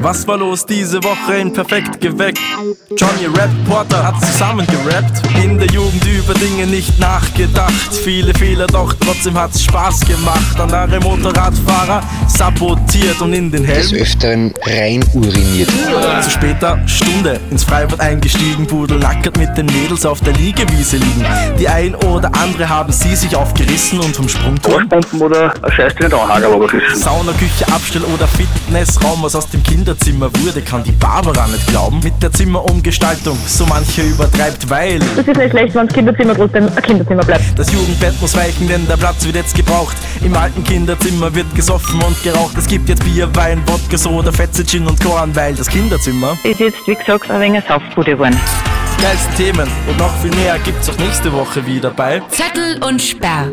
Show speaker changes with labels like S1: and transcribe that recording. S1: Was war los diese Woche in Perfekt geweckt? Johnny Rap Porter hat zusammengerappt. In der Jugend über Dinge nicht nachgedacht. Viele Fehler, doch trotzdem hat's Spaß gemacht. Andere Motorradfahrer sabotiert und in den
S2: des
S1: Helm.
S2: Öfteren rein uriniert.
S1: Zu später Stunde ins Freibad eingestiegen, Pudel nackert mit den Mädels auf der Liegewiese liegen. Die ein oder andere haben sie sich aufgerissen und vom Sprungturm.
S3: Waschpumpen oder ein Scheiß drin anhaken, aber was ist?
S1: Sauna, Küche, Abstell oder Fitnessraum, was aus dem Kinderzimmer wurde, kann die Barbara nicht glauben. Mit der Zimmerumgestaltung, so manche übertreibt, weil
S4: Das ist nicht schlecht, wenn das Kinderzimmer trotzdem ein Kinderzimmer bleibt.
S1: das Jugendbett muss weichen, denn der Platz wird jetzt gebraucht. Im alten Kinderzimmer wird gesoffen und geraucht. Es gibt jetzt Bier, Wein, Wodka, Soda, Fetze, Gin und Korn, weil das Kinderzimmer
S5: ist jetzt, wie gesagt, ein wenig eine Saufbude geworden.
S1: geilsten Themen und noch viel mehr gibt's auch nächste Woche wieder bei
S6: Zettel und Sperr.